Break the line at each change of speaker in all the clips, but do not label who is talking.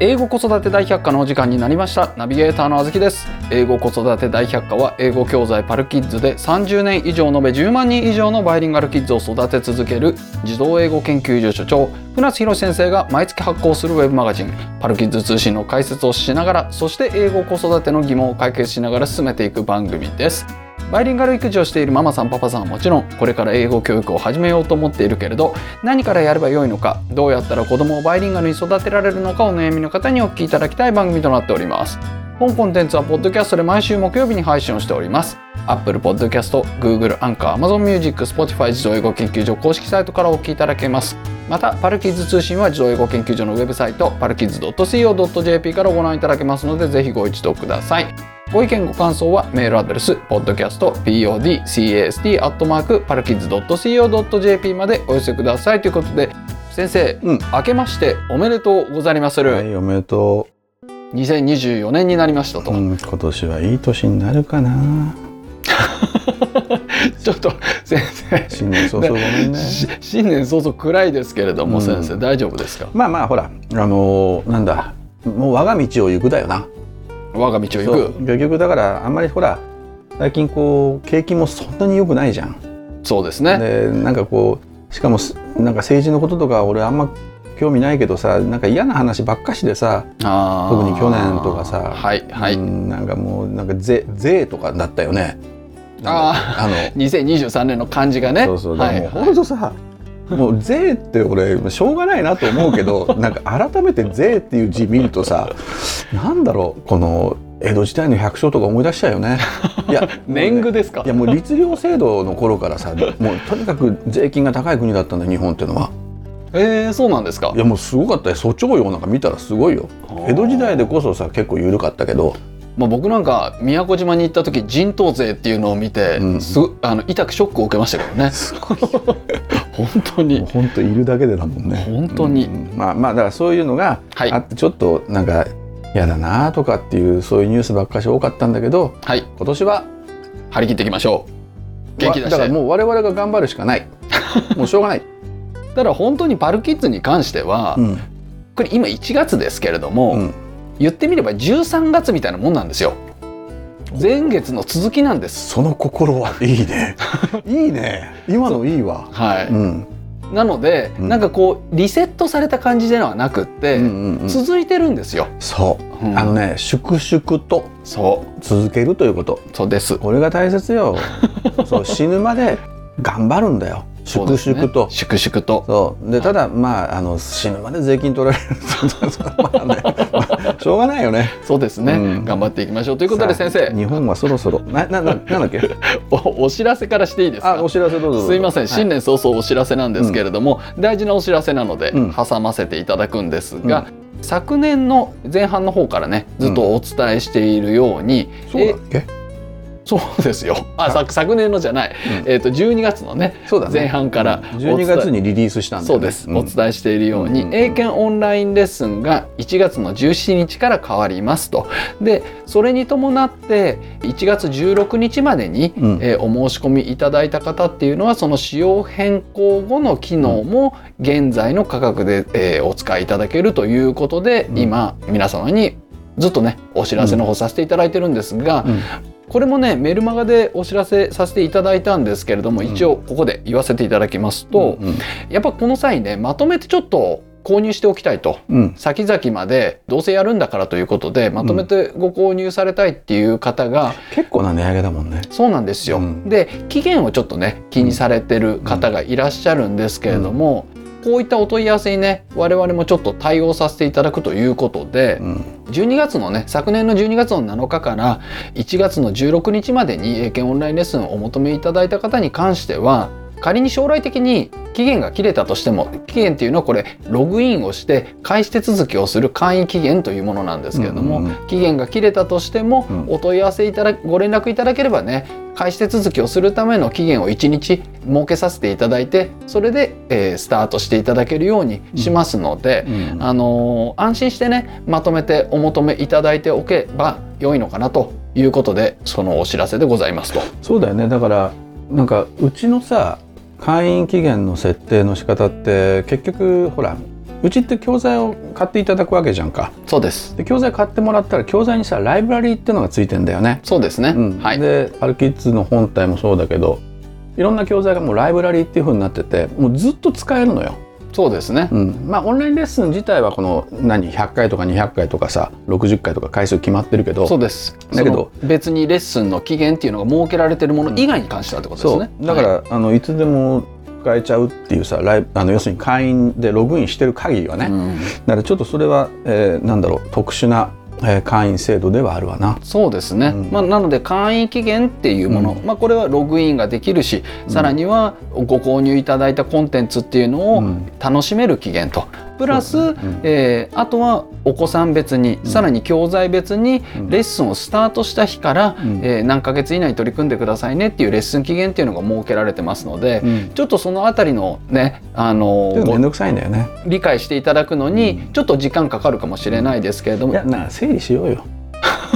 英語子育て大百科のお時間になりましたナビゲーターのあずきです英語子育て大百科は英語教材パルキッズで30年以上延べ10万人以上のバイリンガルキッズを育て続ける児童英語研究所所長船津博先生が毎月発行するウェブマガジンパルキッズ通信の解説をしながらそして英語子育ての疑問を解決しながら進めていく番組ですバイリンガル育児をしているママさんパパさんはもちろんこれから英語教育を始めようと思っているけれど何からやればよいのかどうやったら子供をバイリンガルに育てられるのかお悩みの方にお聞きいただきたい番組となっております本コンテンツはポッドキャストで毎週木曜日に配信をしております Apple Podcast、Google、Anchor、Amazon Music、Spotify 自動英語研究所公式サイトからお聞きいただけますまたパルキッズ通信は自動英語研究所のウェブサイトパルキッズ .co.jp からご覧いただけますのでぜひご一読くださいご意見ご感想はメールアドレス podcastpodcast.parkids.co.jp までお寄せくださいということで先生、
うん
明けましておめでとうございまする、
はい、おめでと
2024年になりましたと、
う、うん、今年はいい年になるかな
ちょっと先生
新年早々ごめん ね
し新年早々暗いですけれども、
うん
先生大丈夫ですか
まあまあほらあのーなんだもう我が道を行くだよな
我が道を行
そう
く
結局だからあんまりほら最近こう景気もそんなに良くないじゃん
そうですね
でなんかこうしかもすなんか政治のこととか俺あんま興味ないけどさなんか嫌な話ばっかしでさ、
あー
特に去年とかさ
はいはい、
うんなんかもうなんか税税とかだったよねなんかあの
2023年の感じがね
そうそうだ
は
か
い
らもう
はい
ほんとさ もう税って俺しょうがないなと思うけどなんか改めて税っていう字見るとさなんだろうこの江戸時代の百姓とか思い出しちゃうよね。いや
年貢ですか
いやもう律令制度の頃からさもうとにかく税金が高い国だったんだよ日本っていうのは。
えー、そうなんですか
いやもうすごかったよ蘇長用なんか見たらすごいよ
あー。
江戸時代でこそさ結構緩かったけど
まあ、僕なんか宮古島に行った時人頭税っていうのを見て、
うん
すごあの痛くショックを受けましたけどね 本当
もう
に
本当いるだけでだもんね。
本当に
うんまあまあだからそういうのが
はい
あってちょっとなんか嫌だなとかっていうそういうニュースばっかし多かったんだけど
はい
今年は
張り切っていきましょう元気出して
わだからもう我々が頑張るしかない もうしょうがない、
うただ本当にパルキッズに関しては、
うん
これ今1月ですけれども、
うん
言ってみれば13月みたいなもんなんですよ前月の続きなんです
その心はい いねいいね今のいいわ
はい、
うん
なので、
うん
なんかこうリセットされた感じではなくって、
うんうんうん
続いてるんですよ、
そう
うん
あのね粛々と
そ
続けるということ
うそうです
これが大切 よそう死ぬまで頑張るんだよ粛々と
そうですね粛々と
そうでただまああの死ぬまで税金取られるまあねまあしょうがないよね。
そうですね、
うん
頑張っていきましょうということで
さあ
先生
日本はそろそろななななんだっけ
おお知らせからしていいですか
あお知らせどうぞどうぞ
すいません
はい
新年早々お知らせなんですけれども、大事なお知らせなので
うん
挟ませていただくんですが、昨年の前半の方からねずっとお伝えしているように、
そうだっけ
そうですよあ
あ
さ昨年のじゃない、
うん
えー、と12月のね
そうだね
前半から
うん12
お
月
伝え
にリリースしたんだ
そ
よ
う
ね
です、
ん
お伝えしているように、
うんうんうん
英検オンラインレッスンが1月の17日から変わりますとでそれに伴って1月16日までに、
うん
えーお申し込みいただいた方っていうのはその使用変更後の機能も現在の価格で、えーお使いいただけるということで、
うん
今皆様にずっとねお知らせの方させていただいてるんですが、
うん
これもねメルマガでお知らせさせていただいたんですけれども
うん
一応ここで言わせていただきますと、
うん
やっぱこの際ねまとめてちょっと購入しておきたいと
うん
先々までどうせやるんだからということでまとめてご購入されたいっていう方が、
結構な値上げだもんね。
そうなんですよ、
うん
で期限をちょっとね気にされてる方がいらっしゃるんですけれども、こういったお問い合わせにね我々もちょっと対応させていただくということで、
うん
12月のね昨年の12月の7日から1月の16日までに英検オンラインレッスンをお求めいただいた方に関しては仮に将来的に期限が切れたとしても期限っていうのはこれログインをして開始手続きをする簡易期限というものなんですけれども、
うんうんうん
期限が切れたとしても、
うん
お問い合わせいただご連絡いただければね開始手続きをするための期限を1日設けさせていただいてそれで、えースタートしていただけるようにしますので、
うん
あのー安心してねまとめてお求めいただいておけば良いのかなということでそのお知らせでございますと。
そうだよねだからなんかうちのさ会員期限の設定の仕方って結局ほらうちって教材を買っていただくわけじゃんか
そうです
で教材買ってもらったら教材にさライブラリーっていうのがついてんだよね、
そうですね、
うん
はい
でパルキッズの本体もそうだけどいろんな教材がもうライブラリーっていう風になっててもうずっと使えるのよ、
そうですね、
うん、まあオンラインレッスン自体はこの何100回とか200回とかさ60回とか回数決まってるけど
そうです
だけど
その別にレッスンの期限っていうのが設けられてるもの以外に関してはってことで
そ
す
う
ね、
だから、、
はい
あのいつでも使えちゃうっていうさライブあの要するに会員でログインしてる限りはいね、
うん
だからちょっとそれは、えーなんだろう特殊な、えー会員制度ではあるわな。
そうですね、
うん
まあ、なので会員期限っていうもの、
う
まあ、これはログインができるし、
うん
さらにはご購入いただいたコンテンツっていうの
う
を
ん
楽しめる期限とプラス、
そうだねうん
えーあとはお子さん別に、
うん
さらに教材別に
うん
レッスンをスタートした日から、
うん
えー何ヶ月以内に取り組んでくださいねっていうレッスン期限っていうのが設けられてますので、
うん
ちょっとそのあたりのね、あの
ちょっと
ご
面倒くさいんだよね。
理解していただくのにちょっと時間かかるかもしれないですけれど
い
も
や、な整理しようよ。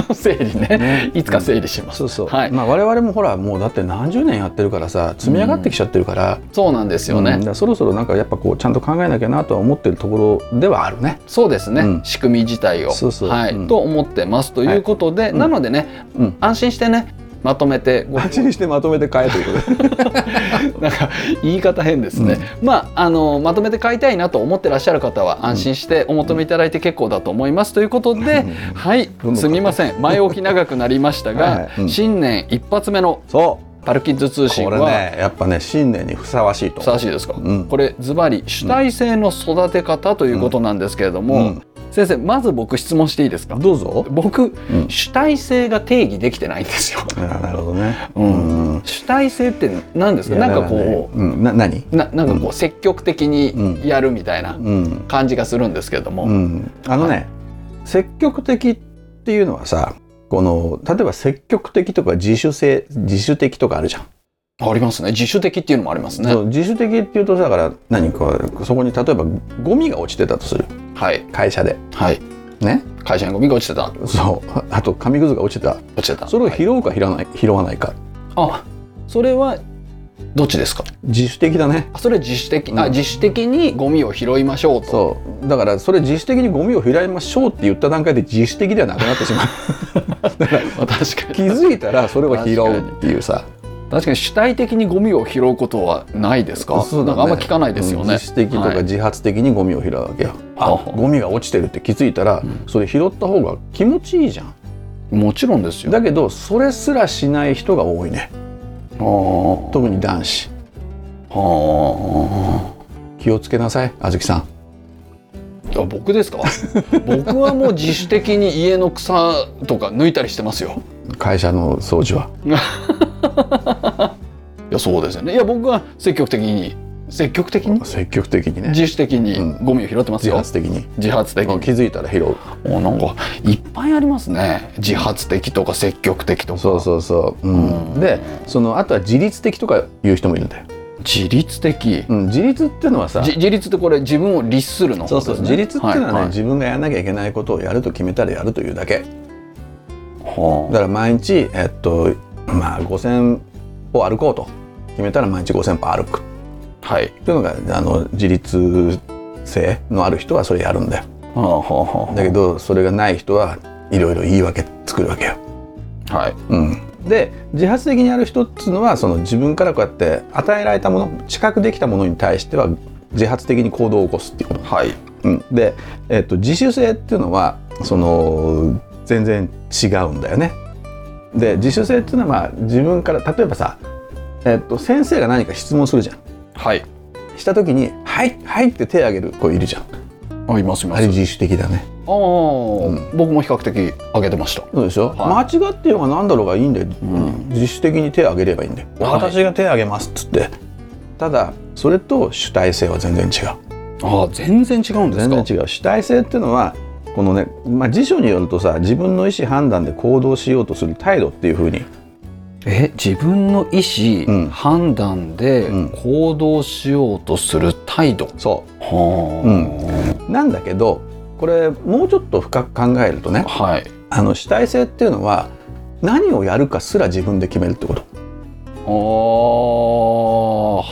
整理ね
ね
いつか整理します、
そうそう。
はい
まあ我々もほらもうだって何十年やってるからさ積み上がってきちゃってるから。
そうなんですよね、
うんだからそろそろなんかやっぱこうちゃんと考えなきゃなとは思ってるところではある ね。
そうですね、
うん
仕組み自体を
そうそう
はい
うん
と思ってますということで、
うん
なのでね
うん。
安心してねまとめて ご
安心してまとめて買えということ で。
なんか言い方変ですね、まああのまとめて買いたいなと思ってらっしゃる方は安心してお求めいただいて結構だと思いますということで、
うん
はい
どんどん買って
すみません前置き長くなりましたが
はい はいうん
新年一発目の
そう。
パルキッズ通信
これ
は
ねやっぱね新年にふさわしいと
ふ
思う。
さわしいですか、
うん
これズバリ主体性の育て方ということなんですけれども、
うん
先生まず僕質問していいですか
どうぞ。
僕、
うん
主体性が定義できてないんですよ。
あーなるほどね。
うん主体性って何ですかなんかこ
う。うん。な何？
うななんかこう積極的にやるみたいな
うん。
感じがするんですけれども、
うん、あのね、積極的っていうのはさこの例えば積極的とか自主性自主的とかあるじゃん、
ありますね自主的っていうのもありますね
そう自主的っていうとだから何かそこに例えばゴミが落ちてたとする
はい
会社で
はい
ね
会社にゴミが落ちてた
そうああと紙くずが落ちてた
落ちてた
それを
はい
拾うか拾わない拾わないか
あそれはどっちですか
自主的だね
あそれは自主的、あ
うん
自主的にゴミを拾いましょうと
そうだからそれ自主的にゴミを拾いましょうって言った段階で自主的ではなくなっ てしまう
まあ確か
気
に
づいたらそれを拾うっていうさ
確かに主体的にゴミを拾うことはないですか
そうだね
なんかあんま聞かないですよ
うん
ね
自主的と
はい
か自発的にゴミを拾うわけよ、
あ
あゴミが落ちてるって気づいたら、それ拾った方が気持ちいいじゃん
もちろんですよ
だけどそれすらしない人が多いね
あー
特に男子
は
気をつけなさいあずきさん
ああ僕 ですか僕はもう自主的に家の草とか抜いたりしてますよ
会社の掃除はい
やそうですよねいや僕は積極的に積極的に
積極的にね
自主的に
うん
ゴミを拾ってます
自
よ、
発的に
自発的
う
に
ん気づいたら拾う
おなんかいっぱいありますね自発的とか積極的とか
そうそうそう、うん
うん
でそのあとは自律的とかいう人もいるんだよ、
自律的、
うん、自律っていうのはさ
じ自立ってこれ自分を律するの
そうそう自律っていうのはね、
はいはい
自分がやらなきゃいけないことをやると決めたらやるというだけ
は
だから毎日、えっとまあ、5,000歩歩こうと決めたら毎日5,000歩歩く
あはい
というのがあの自立性のある人はそれやるんだよ
はあはあはあ
だけどそれがない人はいろいろ言い訳作るわけよ。
はい
うん、で自発的にやる人っていうのはその自分からこうやって与えられたもの知覚できたものに対しては自発的に行動を起こすっていうこと。
はい
うん、で、えっと、自主性っていうのはその全然違うんだよね。で自主性っていうのは、まあ、自分から例えばさ、えっと、先生が何か質問するじゃん。
はい
した時に「はいはい」って手を挙げる子いるじゃん。
あいますいま
あ
す
れ自主的だね。
ああ、僕も比較的上げてました。
そうでしょ、
は
間違ってようが何だろうがいいんだよ、
ん
自主的に手を挙げればいいんだよ。
はい
私が手を挙げますっつって。ただそれと主体性は全然違う。
ああ、全然違うんです
全
か。
然違う主体性っていうのはこのね、まあ、辞書によるとさ自分の意思判断で行動しようとする態度っていうふうに
え、自分の意思、
うん
判断で
うん
行動しようとする態度。
そ
は
うなんだけどこれもうちょっと深く考えるとね
あ、はい。
あの主体性っていうのは何をやるかすら自分で決めるってこと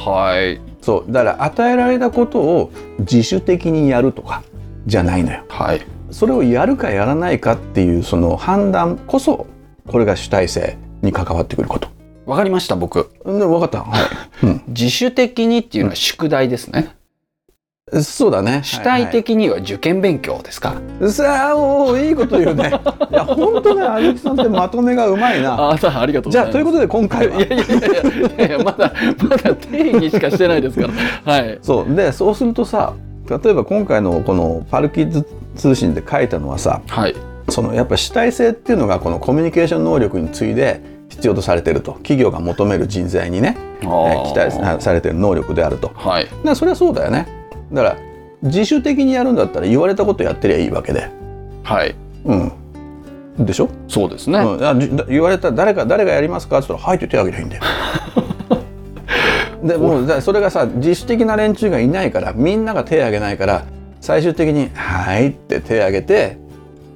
ああ、はい。
そうだから与えられたことを自主的にやるとかじゃないのよ
はい
それをやるかやらないかっていうその判断こそこれが主体性に関わってくること
わかりました僕
うん分かった、はい
自主的にっていうのは宿題ですね、
うん、そうだね
主体的には受験勉強ですか、
さあおーいいこと言うねいや本当ねあゆきさんってまとめがうまいな
ああありがとうご
じ
ざい
ゃあ
ます
ということで今回はい
やいやいやいやいやまだまだ定義しかしてないですから はい
そうでそうするとさ例えば今回のこのパルキッズ通信で書いたのはさ
はい
そのやっぱ主体性っていうのがこのコミュニケーション能力に次いで必要とされてると企業が求める人材にね
期
えー期待されてる能力であるとだか
はい
らそれはそうだよねだから自主的にやるんだったら言われたことやってりゃいいわけで
はい
うんでしょ、
そうですね、
うん、あじだ言われた誰か誰がやりますかって言ったら「はい」って手を挙 げりゃいいんだよでもうだからそれがさ自主的な連中がいないからみんなが手を挙げないから最終的に「はい」って手を挙げて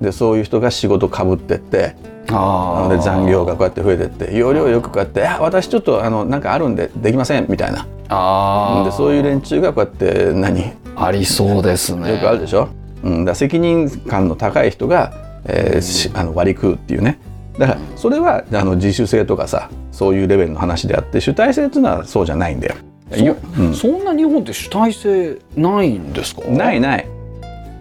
でそういう人が仕事かぶってってな
あ
ので残業がこうやって増えてって要領よくこうやってあ「私ちょっとあのなんかあるんでできません」みたいな
あ
でそういう連中がこうやって何よ
ありそうですね
くあるでしょ、うん、だから責任感の高い人が、えーしあの割り食うっていうねだからそれはあの自主性とかさそういうレベルの話であって主体性っていうのはそうじゃないんだよ。
そ,、
うん
そんな日本って主体性ないんですか
ないない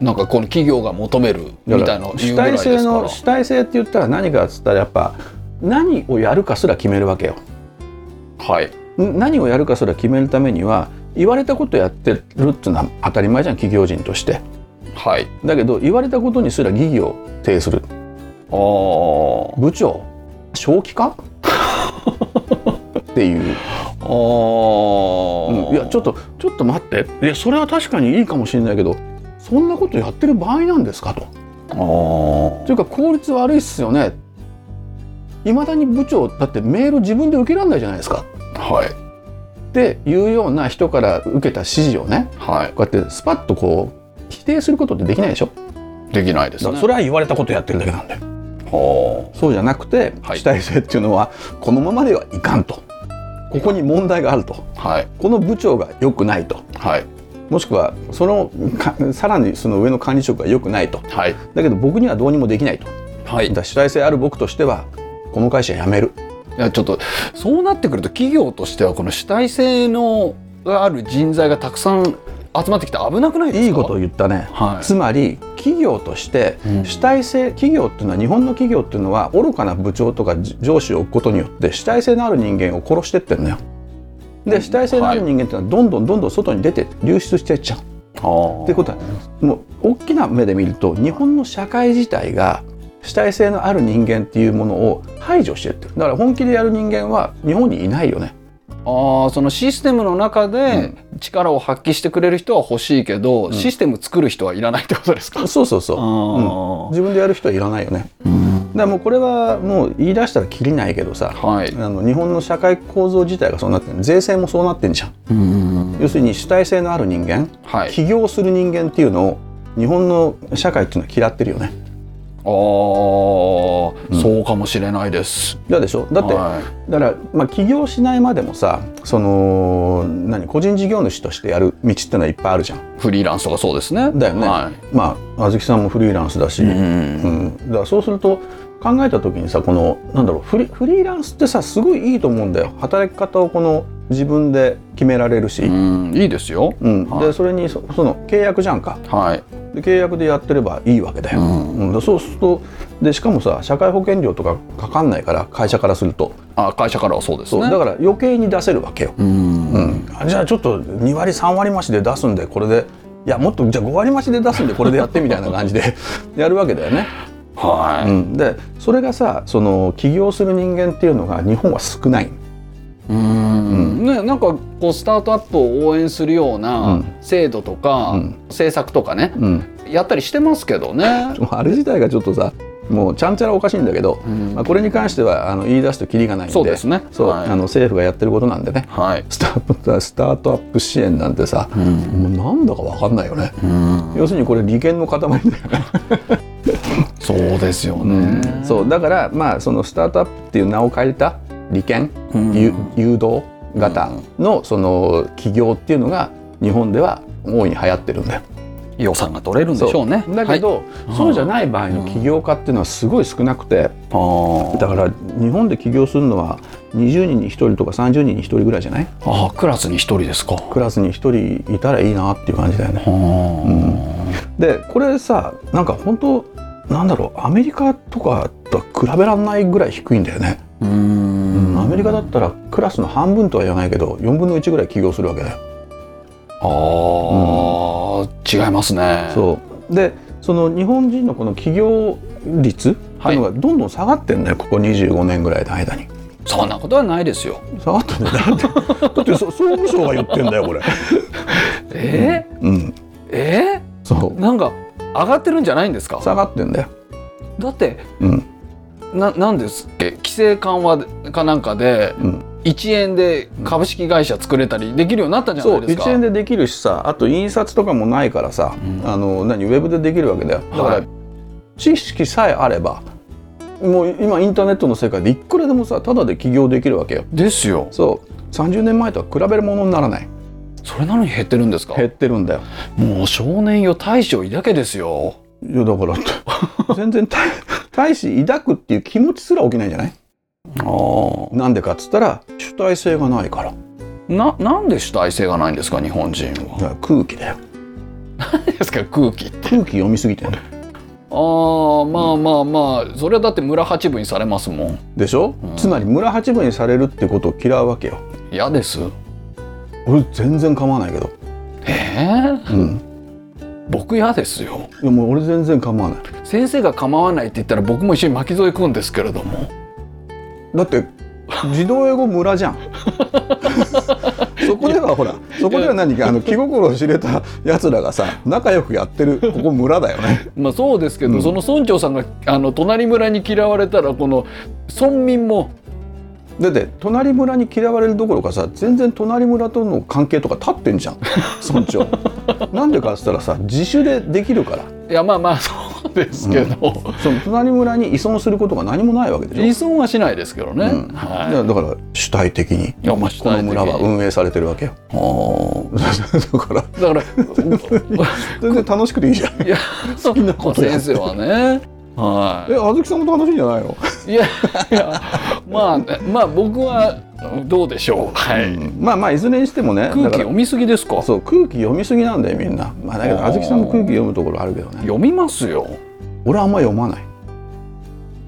なんかこの企業が求める
だ
み
か
た
ら
いな言
主
うぐらい
体
ですから
性の主体性って言ったら何かっつったらやっぱ何をやるかすら決めるわけよ。
はい
ん何をやるかすら決めるためには言われたことやってるっていうのは当たり前じゃん企業人として。
はい
だけど言われたことにすら疑義を呈する
あー
部長正気かっていう、
あー、
うんいやちょっとちょっと待っていやそれは確かにいいかもしれないけどそんなことやってる場合なんですかと
あー
というか効率悪いっすよねいまだに部長だってメール自分で受けられないじゃないですか
はい
っていうような人から受けた指示をね
はい
こうやってスパッとこう否定することってできないでしょ
できないです
だか
ね
らそれは言われたことやってるだけなんだよ
は
そうじゃなくて、
はい
主体性っていうのはこのままではいかんとここに問題があると
あはい
この部長が良くないと
はい
もしくはそのかさらにその上の管理職が良くないと
はい
だけど僕にはどうにもできないとだか
はい
ら主体性ある僕としてはこの会社辞める
いやちょっとそうなってくると企業としてはこの主体性のがある人材がたくさん集まってきて危なくないですか
いいこと言ったね、
はい
つまり企業として
うん
主体性、企業っていうのは日本の企業っていうのは愚かな部長とかじ上司を置くことによって主体性のある人間を殺してってんのよで主体性のある人間っていうのはどんどんどんどん外に出て流出していっちゃう
っ
ってことはもう大きな目で見ると日本の社会自体が主体性のある人間っていうものを排除してってるだから本気でやる人間は日本にいないよね
ああそのシステムの中で力を発揮してくれる人は欲しいけど、システム作る人はいらないってことですか、
そうそうそう、
あ
自分でやる人はいらないよね
ーうん
だからもうこれはもう言い出したらきりないけどさ
はい
あの日本の社会構造自体がそうなってる税制もそうなってんじゃん
うん
要するに主体性のある人間
はい
起業する人間っていうのを日本の社会っていうのは嫌ってるよね
あー、
うん
そうかもしれないです
だでしょだって、
はい
だから、まあ、起業しないまでもさその何個人事業主としてやる道ってのはいっぱいあるじゃん。
フリーランスとかそうですね
だよね。
は
まああずきさんもフリーランスだし、
い、う
うん
ん
だからそうすると考えた時にさこのなんだろうフリフリーランスってさすごいいいと思うんだよ。働き方をこの自分で決められるし、うん
うんいいですよはい
でそれにそその契約じゃんか
はい、
で契約でやってればいいわけだよ。
うん
うんだからそうするとでしかもさ社会保険料とかかかんないから会社からすると
あ会社からはそうです
そう
ね
だから余計に出せるわけよ。
うん
うん、じゃあちょっと2割3割増しで出すんでこれでいやもっとじゃあ5割増しで出すんでこれでやってみたいな感じで やるわけだよね。
は
う
い。
ん、でそれがさその起業する人間っていうのが日本は少ない。
うんね、なんかこうスタートアップを応援するよう
う
なん制度とか、
うん
政策とかね、
うん、
やったりしてますけど ね。
あれ自体がちょっとさもうちゃんちゃらおかしいんだけど、
うん
まあ、これに関してはあの言い出すとキリがないんで
そうですね
そう
はい
あの政府がやってることなんでね
はい。
スタートスタートアップ支援なんてさ、
うん
もうなんだか分かんないよね、
うん、
要するにこれ利権の塊だよね
そうですよね。
うんそうだからまあそのスタートアップっていう名を変えた利権、
うん
ゆ誘導型のその起業っていうのが日本では大いに流行ってるんだよ。
予算が取れるんでしょうね。
だけど、
うん
そうじゃない場合の起業家っていうのはすごい少なくて、
はい、
だから日本で起業するのは20人に1人とか30人に1人ぐらいじゃない
あーあークラスに一人ですか。
クラスに1人いたらいいなっていう感じだよね。
あー
でこれさなんか本当なんだろうアメリカとかとは比べられないぐらい低いんだよね。
うーん
アメリカだったらクラスの半分とは言わないけど4分の1ぐらい起業するわけだよ。
あー、違いますね。
そうでその日本人のこの起業率っていうのがどんどん下がってんだよここ25年ぐらいの間に。
そんなことはないですよ。
下がったんだよ だってだってそ総務省が言ってんだよこれ。
え
うん、
ー、え
そう
ー、なんか上がってるんじゃないんですか。
下がってんだよ。
だって
うん
ななんですっけ規制緩和かなんかで
うん、
1円で株式会社作れたりできるようになったんじゃな
そ
いうですか。
1円でできるしさあと印刷とかもないからさ、
うん
あの何ウェブでできるわけだよだから、
はい
知識さえあればもう今インターネットの世界でいくらでもさただで起業できるわけよ
ですよ。
そう30年前とは比べるものにならない
それなのに減ってるんですか。
減ってるんだよ
もう少年よ大将いだけですよ。
いやだから 全然大大使抱くっていう気持ちすら起きないんじゃない
ああ。
なんでかっつったら主体性がないから
な、なんで主体性がないんですか、日本人は。
だから空気だよ
何ですか、空気って。
空気読みすぎてんの
ああ、まあまあまあ、それはだって村八分にされますもん。
でしょ、
うん
つまり村八分にされるってことを嫌うわけよ
嫌です。
俺全然構わないけど
ええ
うん
僕嫌ですよ。
いやもう俺全然構わない
先生が構わないって言ったら、僕も一緒に巻き添え食うんですけれども。
だって児童英語 村じゃんそこではほらそこでは何かあの気心を知れたやつらがさ仲良くやってるここ村だよね
まあ、そうですけど、
うん
その村長さんが、あの隣村に嫌われたら、この村民も。
だって隣村に嫌われるどころかさ全然隣村との関係とか立ってんじゃ ん村長なんでかっつったらさ自主でできるから
いや、まあまあ、そうですけど。
その隣村に依存することが何もないわけでしょ
依、存はしないですけどね。
うん
はい。
だからだから主体的に
いやまあ主
こ
体的
の
に
村は運営されてるわけよ だから
だから
全然楽しくていいじゃん
いや好きな
ことや
先
って
生はねは
え、あずきさんも楽しいんじゃないの。
いいやいやまあねまあ僕はどうでしょうはい、
まあまあ、いずれにしてもね、
空気
だから
読みすぎですか
そう、空気読みすぎなんだよ、みんな。まあ、だけ
あ
ど、
ー
あずきさんも空気読むところあるけどね。
読みますよ
俺はあんま読まない。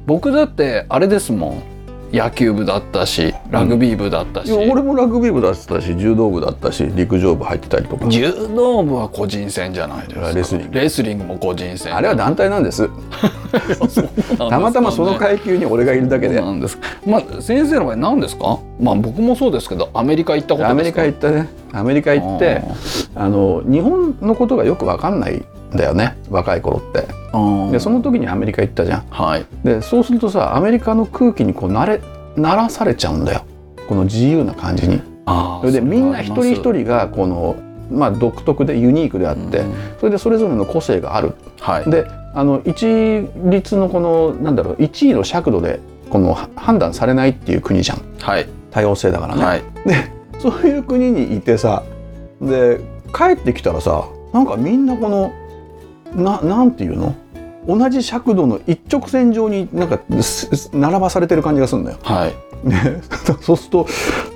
僕だってあれですもん野球部だったしラグビー部だった
い
し、
や、俺もラグビー部だったし、柔道部だったし、陸上部入ってたりとか。
柔道部は個人戦じゃないですか
レスリング
レスリングも個人戦
あれは団体なんです。たまたまその階級に俺がいるだけ
で
で。
なんですまあ先生の場合何ですかまあ僕もそうですけどアメリカ行ったことですか
アメリカ行ったね。アメリカ行って、あの、日本のことがよくわかんない。だよね若い頃ってでその時にアメリカ行ったじゃん
はい
でそうするとさアメリカの空気にこう慣れ慣らされちゃうんだよこの自由な感じに
あー
それでみんな一人一
それは
人がこの、まあ、独特でユニークであ
あ
っ
ります
て、
うん
それでそれぞれの個性がある
はい
であの一律のこのなんだろう1位の尺度でこのは判断されないっていう国じゃん
はい
多様性だからね、
はい
そういう国にいてさで帰ってきたらさなんかみんなこのななんていうの同じ尺度の一直線上になんかすす並ばされてる感じがするんだよ。
はい
ね、 そうすると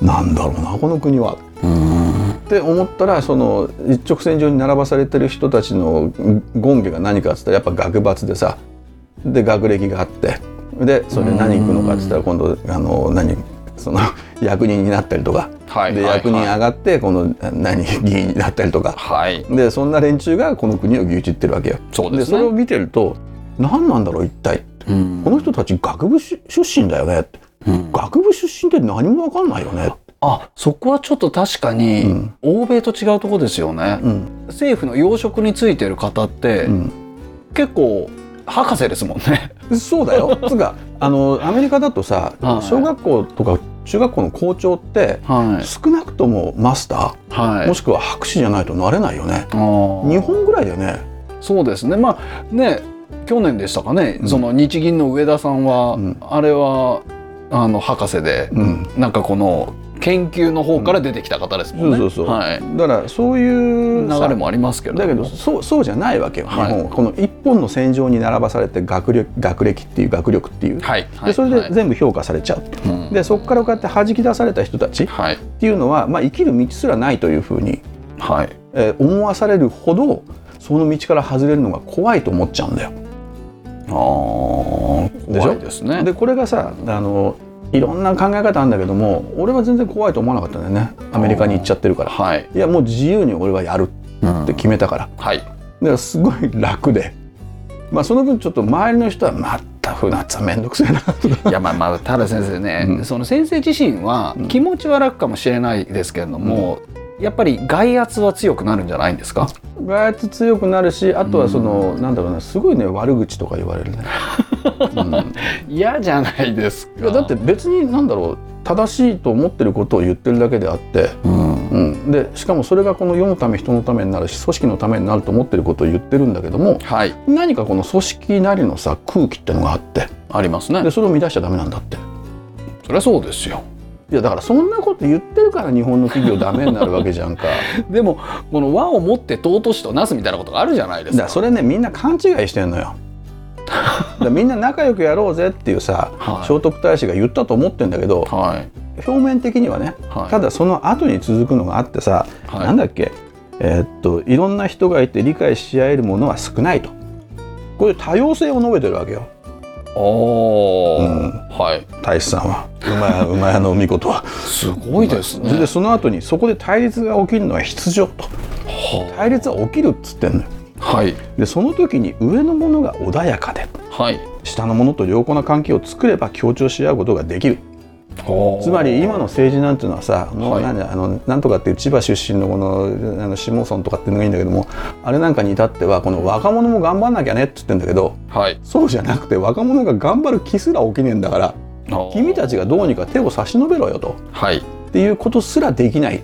なんだろうなこの国はって思ったらその一直線上に並ばされてる人たちの権下が何かっつったらやっぱ学閥でさで学歴があってでそれで何行くのかっつったら今度あの何その 役人になったりとか
はい
で
はい
役人上がってこの何議員になったりとか
はい
でそんな連中がこの国を牛耳ってるわけよ。
そうで
ですそ
ね
れを見てると何なんだろう一体
うん
この人たち学部出身だよねって
うん
学部出身って何も分かんないよね。
あそこはちょっと確か
う
に
ん
欧米と違うとこですよね
うん
政府の要職についてる方って
うん
結構博士ですもん ね
そう だよ。つうかあのアメリカだとさ、
はい
小学校とか中学校の校長って、
は
少なくともマスタ
いは
ー
い
もしくは博士じゃないとなれないよね。
あー
日本ぐらいだよね。
そうですねまあね去年でしたかね、
うん
その日銀の上田さんは、
うん
あれはあの博士で
うん。
なんかこの研究の方から出てきた方ですも
そ
ん
う
ね。
そうそう、
はい、
だからそういうさ
流れもありますけれど
だけど
も
そうそうじゃないわけよ、
はい
日本はこの一本の戦場に並ばされて学力学歴っていう学力っていう、
はいはい
でそれ
は
で
い
全部評価されちゃう、
うん
でそこからこうやって弾き出された人たちっ
はい
ていうのは、まあ、生きる道すらないというふうに、
はい
えー思わされるほどその道から外れるのが怖いと思っちゃうんだよ。
あー
でしょ
怖いですね。
でこれがさあのいろんな考え方あるんだけども俺は全然怖いと思わなかったんだよねアメリカに行っちゃってるから。
はい、
いやもう自由に俺はやる
うん
って決めたから
はい
だからすごい楽で、まあ、その分ちょっと周りの人は「また船津は面倒くせえな」とか
いやまあまあただ先生ね、
うん
その先生自身は気持ちは楽かもしれないですけれども、やっぱり外圧は強くなるんじゃないんですか
外圧強くなるしあとはその、なんだろうなすごいね悪口とか言われるね、うん
嫌じゃないです
い
か
やだって、別になんだろう正しいと思ってることを言ってるだけであって、
うん
うん、でしかもそれがこの世のため人のためになるし組織のためになると思ってることを言ってるんだけども
はい
何かこの組織なりのさ空気ってのがあって
ありますね
でそれを乱しちゃダメなんだって。
そりゃそうですよ
いやだからそんなこと言ってるから日本の企業ダメになるわけじゃ んか
でもこの和を持って尊しとなすみたいなことがあるじゃないで
だ
す
か
から
それねみんな勘違いしてん のよだからみんな仲良くやろうぜっていうさ、
はい
聖徳太子が言ったと思ってんだけど
はい
表面的にはね、
はい
ただその後に続くのがあってさ、
はい
なんだっけえーっといろんな人がいて理解し合えるものは少ないとこういう多様性を述べてるわけよ
おー、
うん
はい
太子さんは 馬屋馬屋の御事は。
すごいですね、
でその後にそこで対立が起きるのは必要と
は
対立は起きるっつってんのよ。
はい
でその時に上のものが穏やかで
はい
下のものと良好な関係を作れば協調し合うことができるつまり今の政治なんていうのはさもう
はい
何,、あのなんとかっていう千葉出身のこのあの下村とかっていうのがいいんだけどもあれなんかに至ってはこの若者も頑張んなきゃねって言ってんだけど
はい
そうじゃなくて若者が頑張る気すら起きねえんだから君た
ち
ちがどうにか手を差し伸べろよと
はい
っていうことすらできない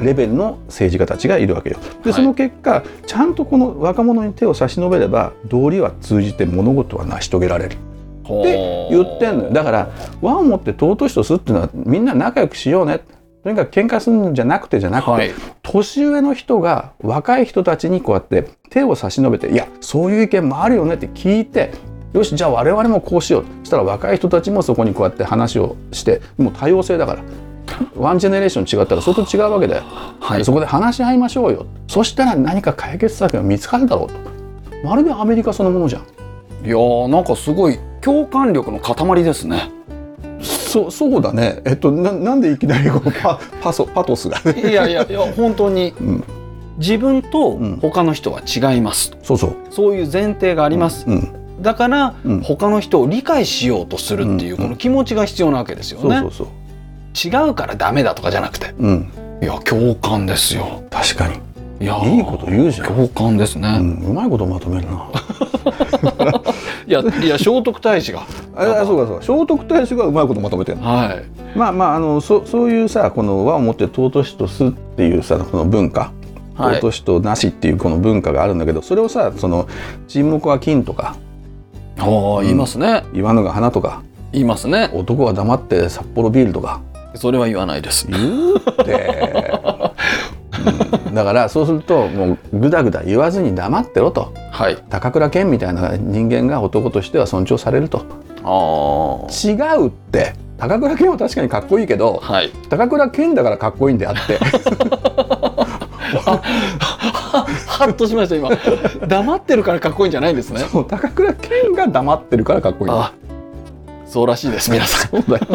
レベルの政治家たちがいるわけよ。
は
で、
い
その結果ちゃんとこの若者に手を差し伸べれば道理は通じて物事は成し遂げられるって言ってんのよだから和をもって尊しとすっていうのはみんな仲良くしようねとにかく喧嘩するんじゃなくてじゃなくて、
はい
年上の人が若い人たちにこうやって手を差し伸べて「いやそういう意見もあるよね」って聞いて「よしじゃあ我々もこうしよう」そしたら若い人たちもそこにこうやって話をしてもう多様性だからワンジェネレーション違ったら相当違うわけだよ。
はい
でそこで話し合いましょうよそしたら何か解決策が見つかるだろうとまるでアメリカそのものじゃん
いやーなんかすごい共感力の塊ですね。
そそうだねえっとななんでいきなりこ のパパソパトスが
いやいやいや本当に、
ん
自分と
うん
他の人は違います、
そうそう
そういう前提があります、
うん
だから、
うん
他の人を理解しようとするっていう
うん
この気持ちが必要なわけですよ
そう
ね、
そうそう
違うからダメだとかじゃなくて
うん
いや共感ですよ
確かに
いやー
いいこと言うじゃん、
共感ですね、
うん、うまいことまとめるな
いやいや聖徳太子が
ああそうかそうか聖徳太子がうまいことまとめてる
はい
まあまああのそそういうさこの和をもって尊しとすっていうさこの文化
はい
尊しとなしっていうこの文化があるんだけどそれをさその沈黙は金とか
あー言いますね、
言わぬが花とか
言いますね
男は黙って札幌ビールとか
それは言わないです
言うって、うんだからそうするともうぐだぐだ言わずに黙ってろと
はい
高倉健みたいな人間が男としては尊重されると
ああは
違うって高倉健は確かにかっこいいけど
い
高倉健だからかっこいいんであって
ハッとしました今黙ってるからかっこいいんじゃないんですね
そう高倉健が黙ってるからかっこいいんだ
あそうらしいです皆さ
そうだよ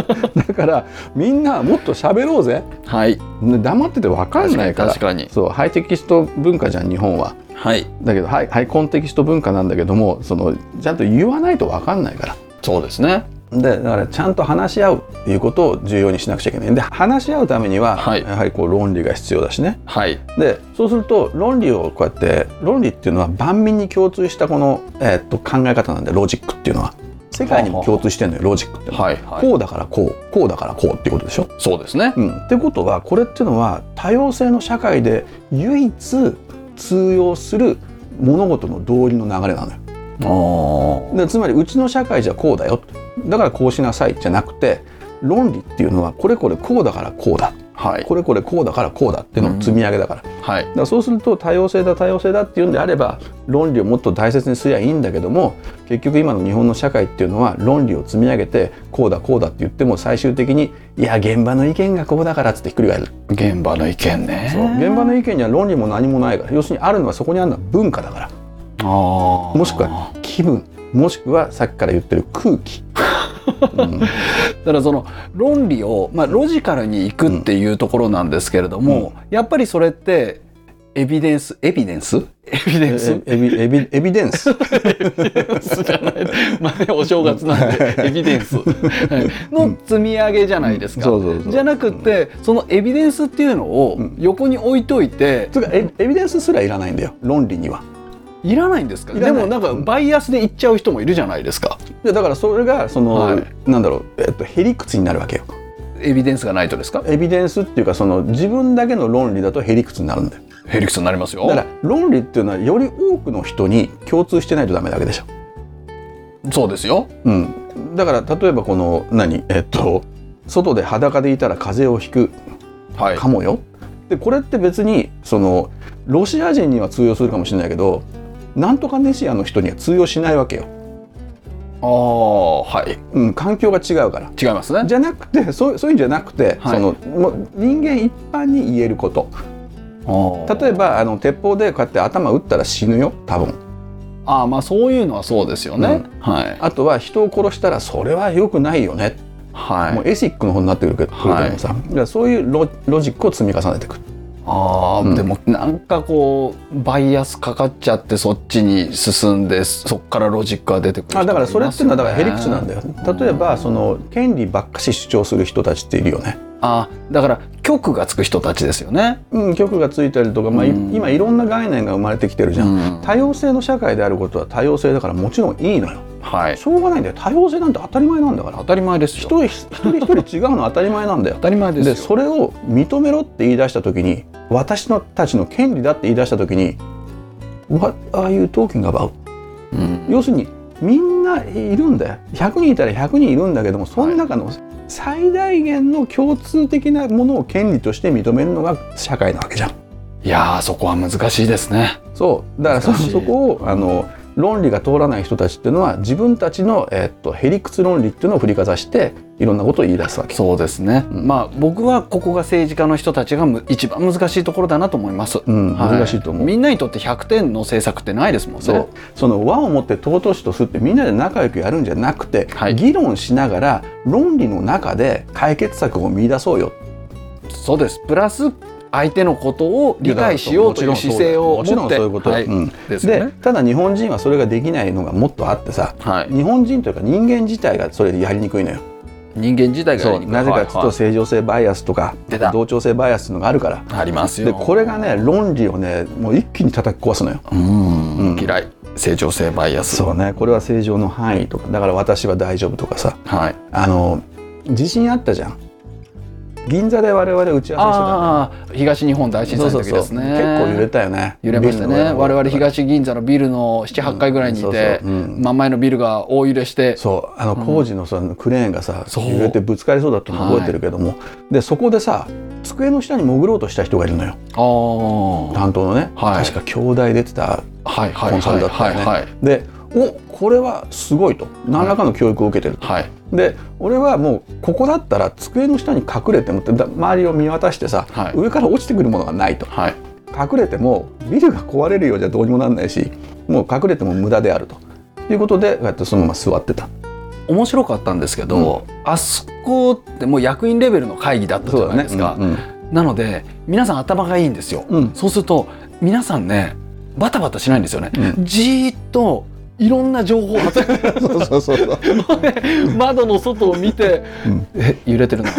だからみんなもっと喋ろうぜ
んはい
ね黙ってて分かんないから
確かに
そうハイテキスト文化じゃん日本は
はい
だけどハイハイコンテキスト文化なんだけどもそのちゃんと言わないと分かんないから
そうですね
でだからちゃんと話し合うっていうことを重要にしなくちゃいけないで話し合うためには、
はい
やはりこう論理が必要だしね
はい
でそうすると論理をこうやって論理っていうのは万民に共通したこの、えーっと考え方なんでロジックっていうのは世界にも共通してるのよロジックってのは、
はいはい
こうだからこうこうだからこうっていうことでしょ、
そうですね
うん、ってことはこれっていうのは多様性の社会で唯一通用する物事の道理の流れなのよ。
ああ
でつまりうちの社会じゃこうだよだからこうしなさいじゃなくて論理っていうのはこれこれこうだからこうだ
はい
これこれこうだからこうだっていうのを積み上げだから,、だ
はい
からそうすると多様性だ多様性だっていうんであれば論理をもっと大切にすりゃいいんだけども結局今の日本の社会っていうのは論理を積み上げてこうだこうだって言っても最終的にいや現場の意見がこうだからっつってひっくり返る
現場の意見ね
そう現場の意見には論理も何もないから要するにあるのはそこにあるのは文化だから
あー
もしくは気分もしくはさっきから言ってる空気、うん
だからその論理を、まあ、ロジカルにいくっていうところなんですけれども、やっぱりそれってエビデンスエビデンスエビデンス
えエビエビエビデン ス
じゃないまあねお正月なんでエビデンスはいの積み上げじゃないですか。
そうそうそう
じゃなくてそのエビデンスっていうのを
うん
横に置いといて、
つうかエビエビデンスすらいらないんだよ論理にはい
らないんですか
いら
で
ない
もなんかバイアスで言っちゃう人もいるじゃないですか
でだからそれがその、
はい
なんだろう、えっと、へりくつになるわけよ
エビデンスがないとですか
エビデンスっていうかその自分だけの論理だとへりくつになるんだよ
ヘリクスになりますよ
だから論理っていうのはより多くの人に共通してないとダメなわけでしょ、
そうですよ
うん、だから例えばこの何えっと外で裸でいたら風邪をひく
はい
かもよ、でこれって別にそのロシア人には通用するかもしれないけどなんとかネシアの人には通用しないわけよ、
ああはい
うん、環境が違うから
違いますね
じゃなくてそうそういうんじゃなくて、
はい
そのもう人間一般に言えること例えばあの鉄砲でこうやって頭打ったら死ぬよ多分
ああまあそういうのはそうですよね、
うん
はい
あとは人を殺したらそれは良くないよね、
はい
もうエシックの方になってくるけど、
はい
来るけどもさだからそういうロロジックを積み重ねていく
あー
うん
でもなんかこうバイアスかかっちゃってそっちに進んでそっからロジックが出てくる人
あだからそれっていうのはだからヘリクツなん
よ
だよ例えばその権利ばっかし主張する人たちっているよね
あだから局がつく人たちですよね、
うん、曲がついたりとか、まあい
うん
今いろんな概念が生まれてきてるじゃん、
うん
多様性の社会であることは多様性だからもちろんいいのよ
はい
しょうがないんだよ多様性なんて当たり前なんだから
当たり前ですよ
一人一人一人違うの当たり前なんだよ
当たり前です
で
よ
それを認めろって言い出した時に私のたちの権利だって言い出した時に「What are you talking about?」
うん
要するにみんないるんだよ100人いたら100人いるんだけどもその中の最大限の共通的なものを権利として認めるのが社会なわけじゃん。
いやーそこは難しいですね
そうだからそ
難しい
そこをあの論理が通らない人たちっていうのは自分たちの、えーっとへりくつ論理っていうのを振りかざしていろんなことを言い出すわけ。
そうですね、
うん
まあ僕はここが政治家の人たちがむ一番難しいところだなと思います、
うん、
は
難しいと思う、
みんなにとって100点の政策ってないですもんね
そうその和を持って尊しとすってみんなで仲良くやるんじゃなくて、
はい
議論しながら論理の中で解決策を見出そうよ
そうですプラス相手のことを理解しようという姿勢を持
も
っ
ち
て
ろんそうだよもちろんそう
は
いう
い
こと、うん
ですよね
ただ日本人はそれができないのがもっとあってさ
はい、
日本人というか人間自体がそれやりにくいのよ。
人間自体がや
そ
り
う
にくい
なぜかという
はい
と正常性バイアスとか
出た
同調性バイアスっていうのがあるから
はいありますよ
でこれがね論理をねもう一気に叩き壊すのよ。
うん、
うん
嫌い成長性バイアス
そうねこれは正常の範囲とかだから私は大丈夫とかさ
はい
あの地震あったじゃん銀座で我々打ち合わ
ああー東日本大
せし
震
て
災
たそ
の
う
時
そう
で
そ
す
う
ね
結構揺れたよね
揺れました
ビルの上
ね
の
我々東銀座のビルの78階ぐらいにいて、
うんそうそううん
真ん前のビルが大揺れして
そうあの工事のそのクレーンがさ、
そう
揺れてぶつかりそうだったの覚えてるけども、でそこでさ机の下に潜ろうとした人がいるのよ
ああは
担当のね、
はい
確か兄弟出てた
いはい
コンサ
は
ル
い
だったよね、
はい
でおこれはすごいと何らかの教育を受けてる、
はい
で俺はもうここだったら机の下に隠れてもってだ周りを見渡してさ、
はい
上から落ちてくるものがないと
はい
隠れてもビルが壊れるようじゃどうにもなんないしもう隠れても無駄であるということでこうやってそのまま座ってた
面白かったんですけど、あそこってもう役員レベルの会議だったじゃないですか、
うんうん
なので皆さん頭がいいんですよ、
うん
そうすると皆さんねバタバタしないんですよね、
うん
じーっといろんな情報を集 めて
そうそうそうそう。
窓の外を見て
うん
え揺れてるな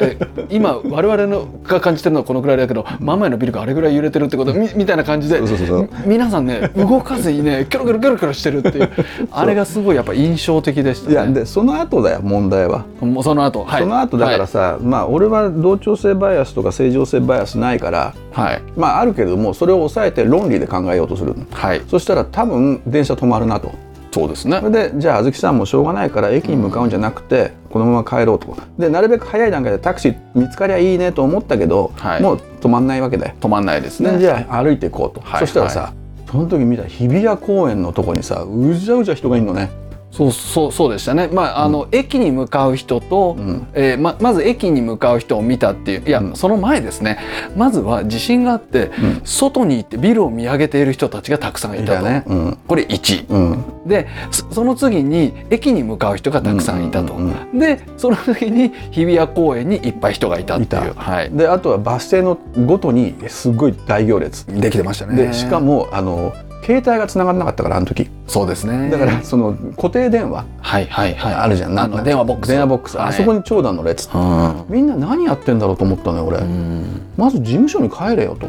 ええ今我々のが感じてるのはこのくらいだけど真ん前のビルがあれぐらい揺れてるってことみみたいな感じで
そうそうそう
み皆さんね動かずにねキョロキョロキョロキョロしてるっていうあれがすごいやっぱ印象的でし
い
た
や
ね
でその後だよ問題は。
もうその後、はい、
その後だからさ、まあ俺は同調性バイアスとか正常性バイアスないから
はいはい、
まああるけれどもそれを抑えて論理で考えようとするの
はい
そしたら多分電車止まるなと
そうですね
そ。れでじゃああずきさんもしょうがないから駅に向かうんじゃなくてこのまま帰ろうとでなるべく早い段階でタクシー見つかりゃいいねと思ったけど、
はい
もう止まんないわけだよ、
止まんないです
で
ね。
じゃあ歩いていこうと、
はい
そしたらさ、その時見た日比谷公園のとこにさうじゃうじゃ人がいるのね、
そうそうそうでしたね。まああの、駅に向かう人と、
うん
えーままず駅に向かう人を見たっていういや、
うん
その前ですね。まずは地震があって、
ん
外に行ってビルを見上げている人たちがたくさんい
い
た
た
と。
ねうん
これ1
うん
でそその次に駅に向かう人がたくさんいたと、
うんうん
でその時に日比谷公園にいっぱい人がいたっていう
いた
はい、
であとはバス停のごとにすごい大行列
できてましたね
でしかもあの携帯が繋がらなかったからあの時
そうですね
だからその固定電話
はいはいはい
あるじゃん、
あ
なん
の
か
電話ボックス
電話ボックス、
はい
あそこに長蛇の列
う
みんな何やってんだろうと思ったのよ俺、
ん
まず事務所に帰れよと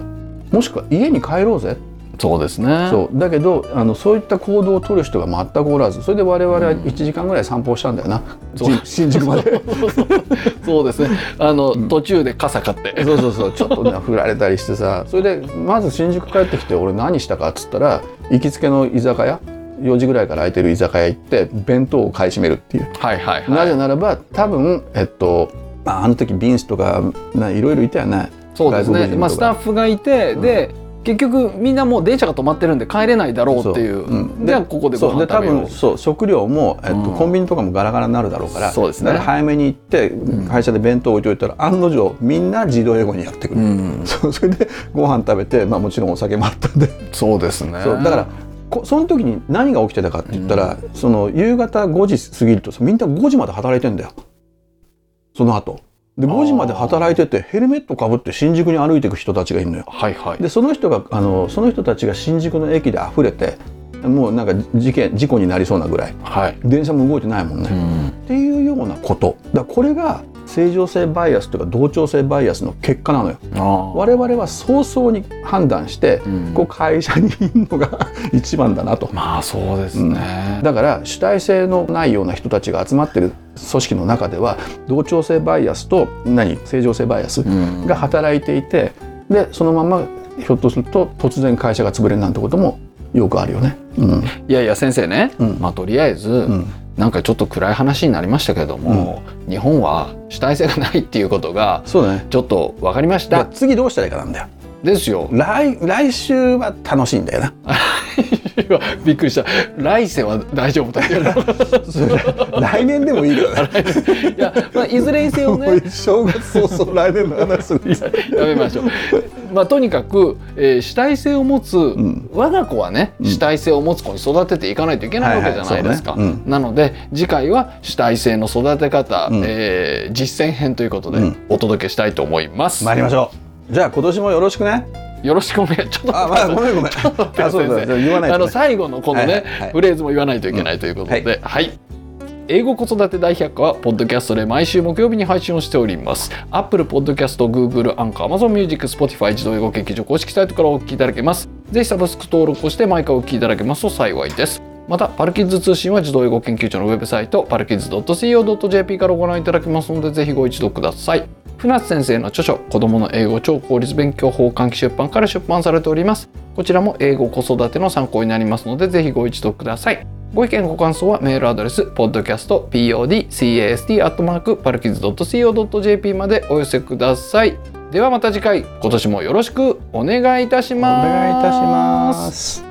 もしくは家に帰ろうぜ
そうですね
そうだけどあのそういった行動を取る人が全くおらずそれで我々は1時間ぐらい散歩をしたんだよな、
そう
じ 新宿ま で
そうですねあの、途中で傘買って
そうそうそうちょっとね振られたりしてさそれでまず新宿帰ってきて俺何したかっつったら行きつけの居酒屋4時ぐらいから空いてる居酒屋行って弁当を買い占めるっていう
はいはいはい
なぜならば多分えっとまああの時ビンスとかないろいろいたよね
そうです
外国人
ね、
とか
まあ、スタッフがいて、で結局みんなもう電車が止まってるんで帰れないだろうっていう
そうん
でここでご
そう
飯
で多
食べよう
分そう食料も、えっと
うん
コンビニとかもガラガラになるだろうから
そうですね
だから早めに行って会社で弁当置いといたら、案の定みんな自動英語にやってくる、
うん、
そうそれでご飯食べて、まあ、もちろんお酒もあったんで、
そうですね
そうだからこその時に何が起きてたかって言ったら、その夕方5時過ぎるとみんな5時まで働いてんだよその後で5時まで働いててヘルメットかぶって新宿に歩いていく人たちがいるのよ
はいはい
でその人があのその人たちが新宿の駅で溢れてもうなんか事件事故になりそうなぐらい
はい、
電車も動いてないもんね、っていうようなことだからこれが正常性バイアスというか同調性バイアスの結果なのよ
ああ
我々は早々に判断して、
うん
こう会社にいるのが 一番だなと
まあそうですね、
だから主体性のないような人たちが集まってる組織の中では同調性バイアスと何正常性バイアス
うん
が働いていてでそのままひょっとすると突然会社が潰れるなんてこともよくあるよね。うん
いやいや先生ね、
うん
まあとりあえず、
うん
なんかちょっと暗い話になりましたけども、日本は主体性がないっていうことが
そうだね
ちょっと分かりまし
だ
た
次どうしたらいいかなんだよ
ですよ
来来週は楽しいんだよな
びっくりした来世は大丈夫だけど
そう 来年でも いいけどね
いや、まあ、いずれにせよね
正月早々来年の話す る
やめましょう。まあ、とにかく、えー主体性を持つ、
ん
我が子はね、主体性を持つ子に育てていかないといけないわけじゃないですか。
はいはいそうね
なので、次回は主体性の育て方、
ん
えー実践編ということで
うん、
お届けしたいと思います。
参りましょうじゃあ今年もよろしくね
よろしくお願い、ちょっと
あ、まあ、ごめんごめんあそうだ
先生
そうだ言わない
あ
と、
の
ね、
最後のこのね、
はいはいはい
フレーズも言わないといけないということで、
うんは
はい、英語子育て大百科はポッドキャストで毎週木曜日に配信をしております Apple Podcast、Google、アンカー、Amazon Music、Spotify 自動英語劇場公式サイトからお聞きいただけますぜひサブスク登録をして毎回お聞きいただけますと幸いですまたパルキッズ通信は児童英語研究所のウェブサイトパルキッズ .co.jp からご覧いただけますのでぜひご一読ください船津先生の著書「子どもの英語超効率勉強法」換気出版から出版されておりますこちらも英語子育ての参考になりますのでぜひご一読くださいご意見ご感想はメールアドレス podcastpodcast.co.jp までお寄せくださいではまた次回今年もよろしくお願いいたし
お
ます
願いいたします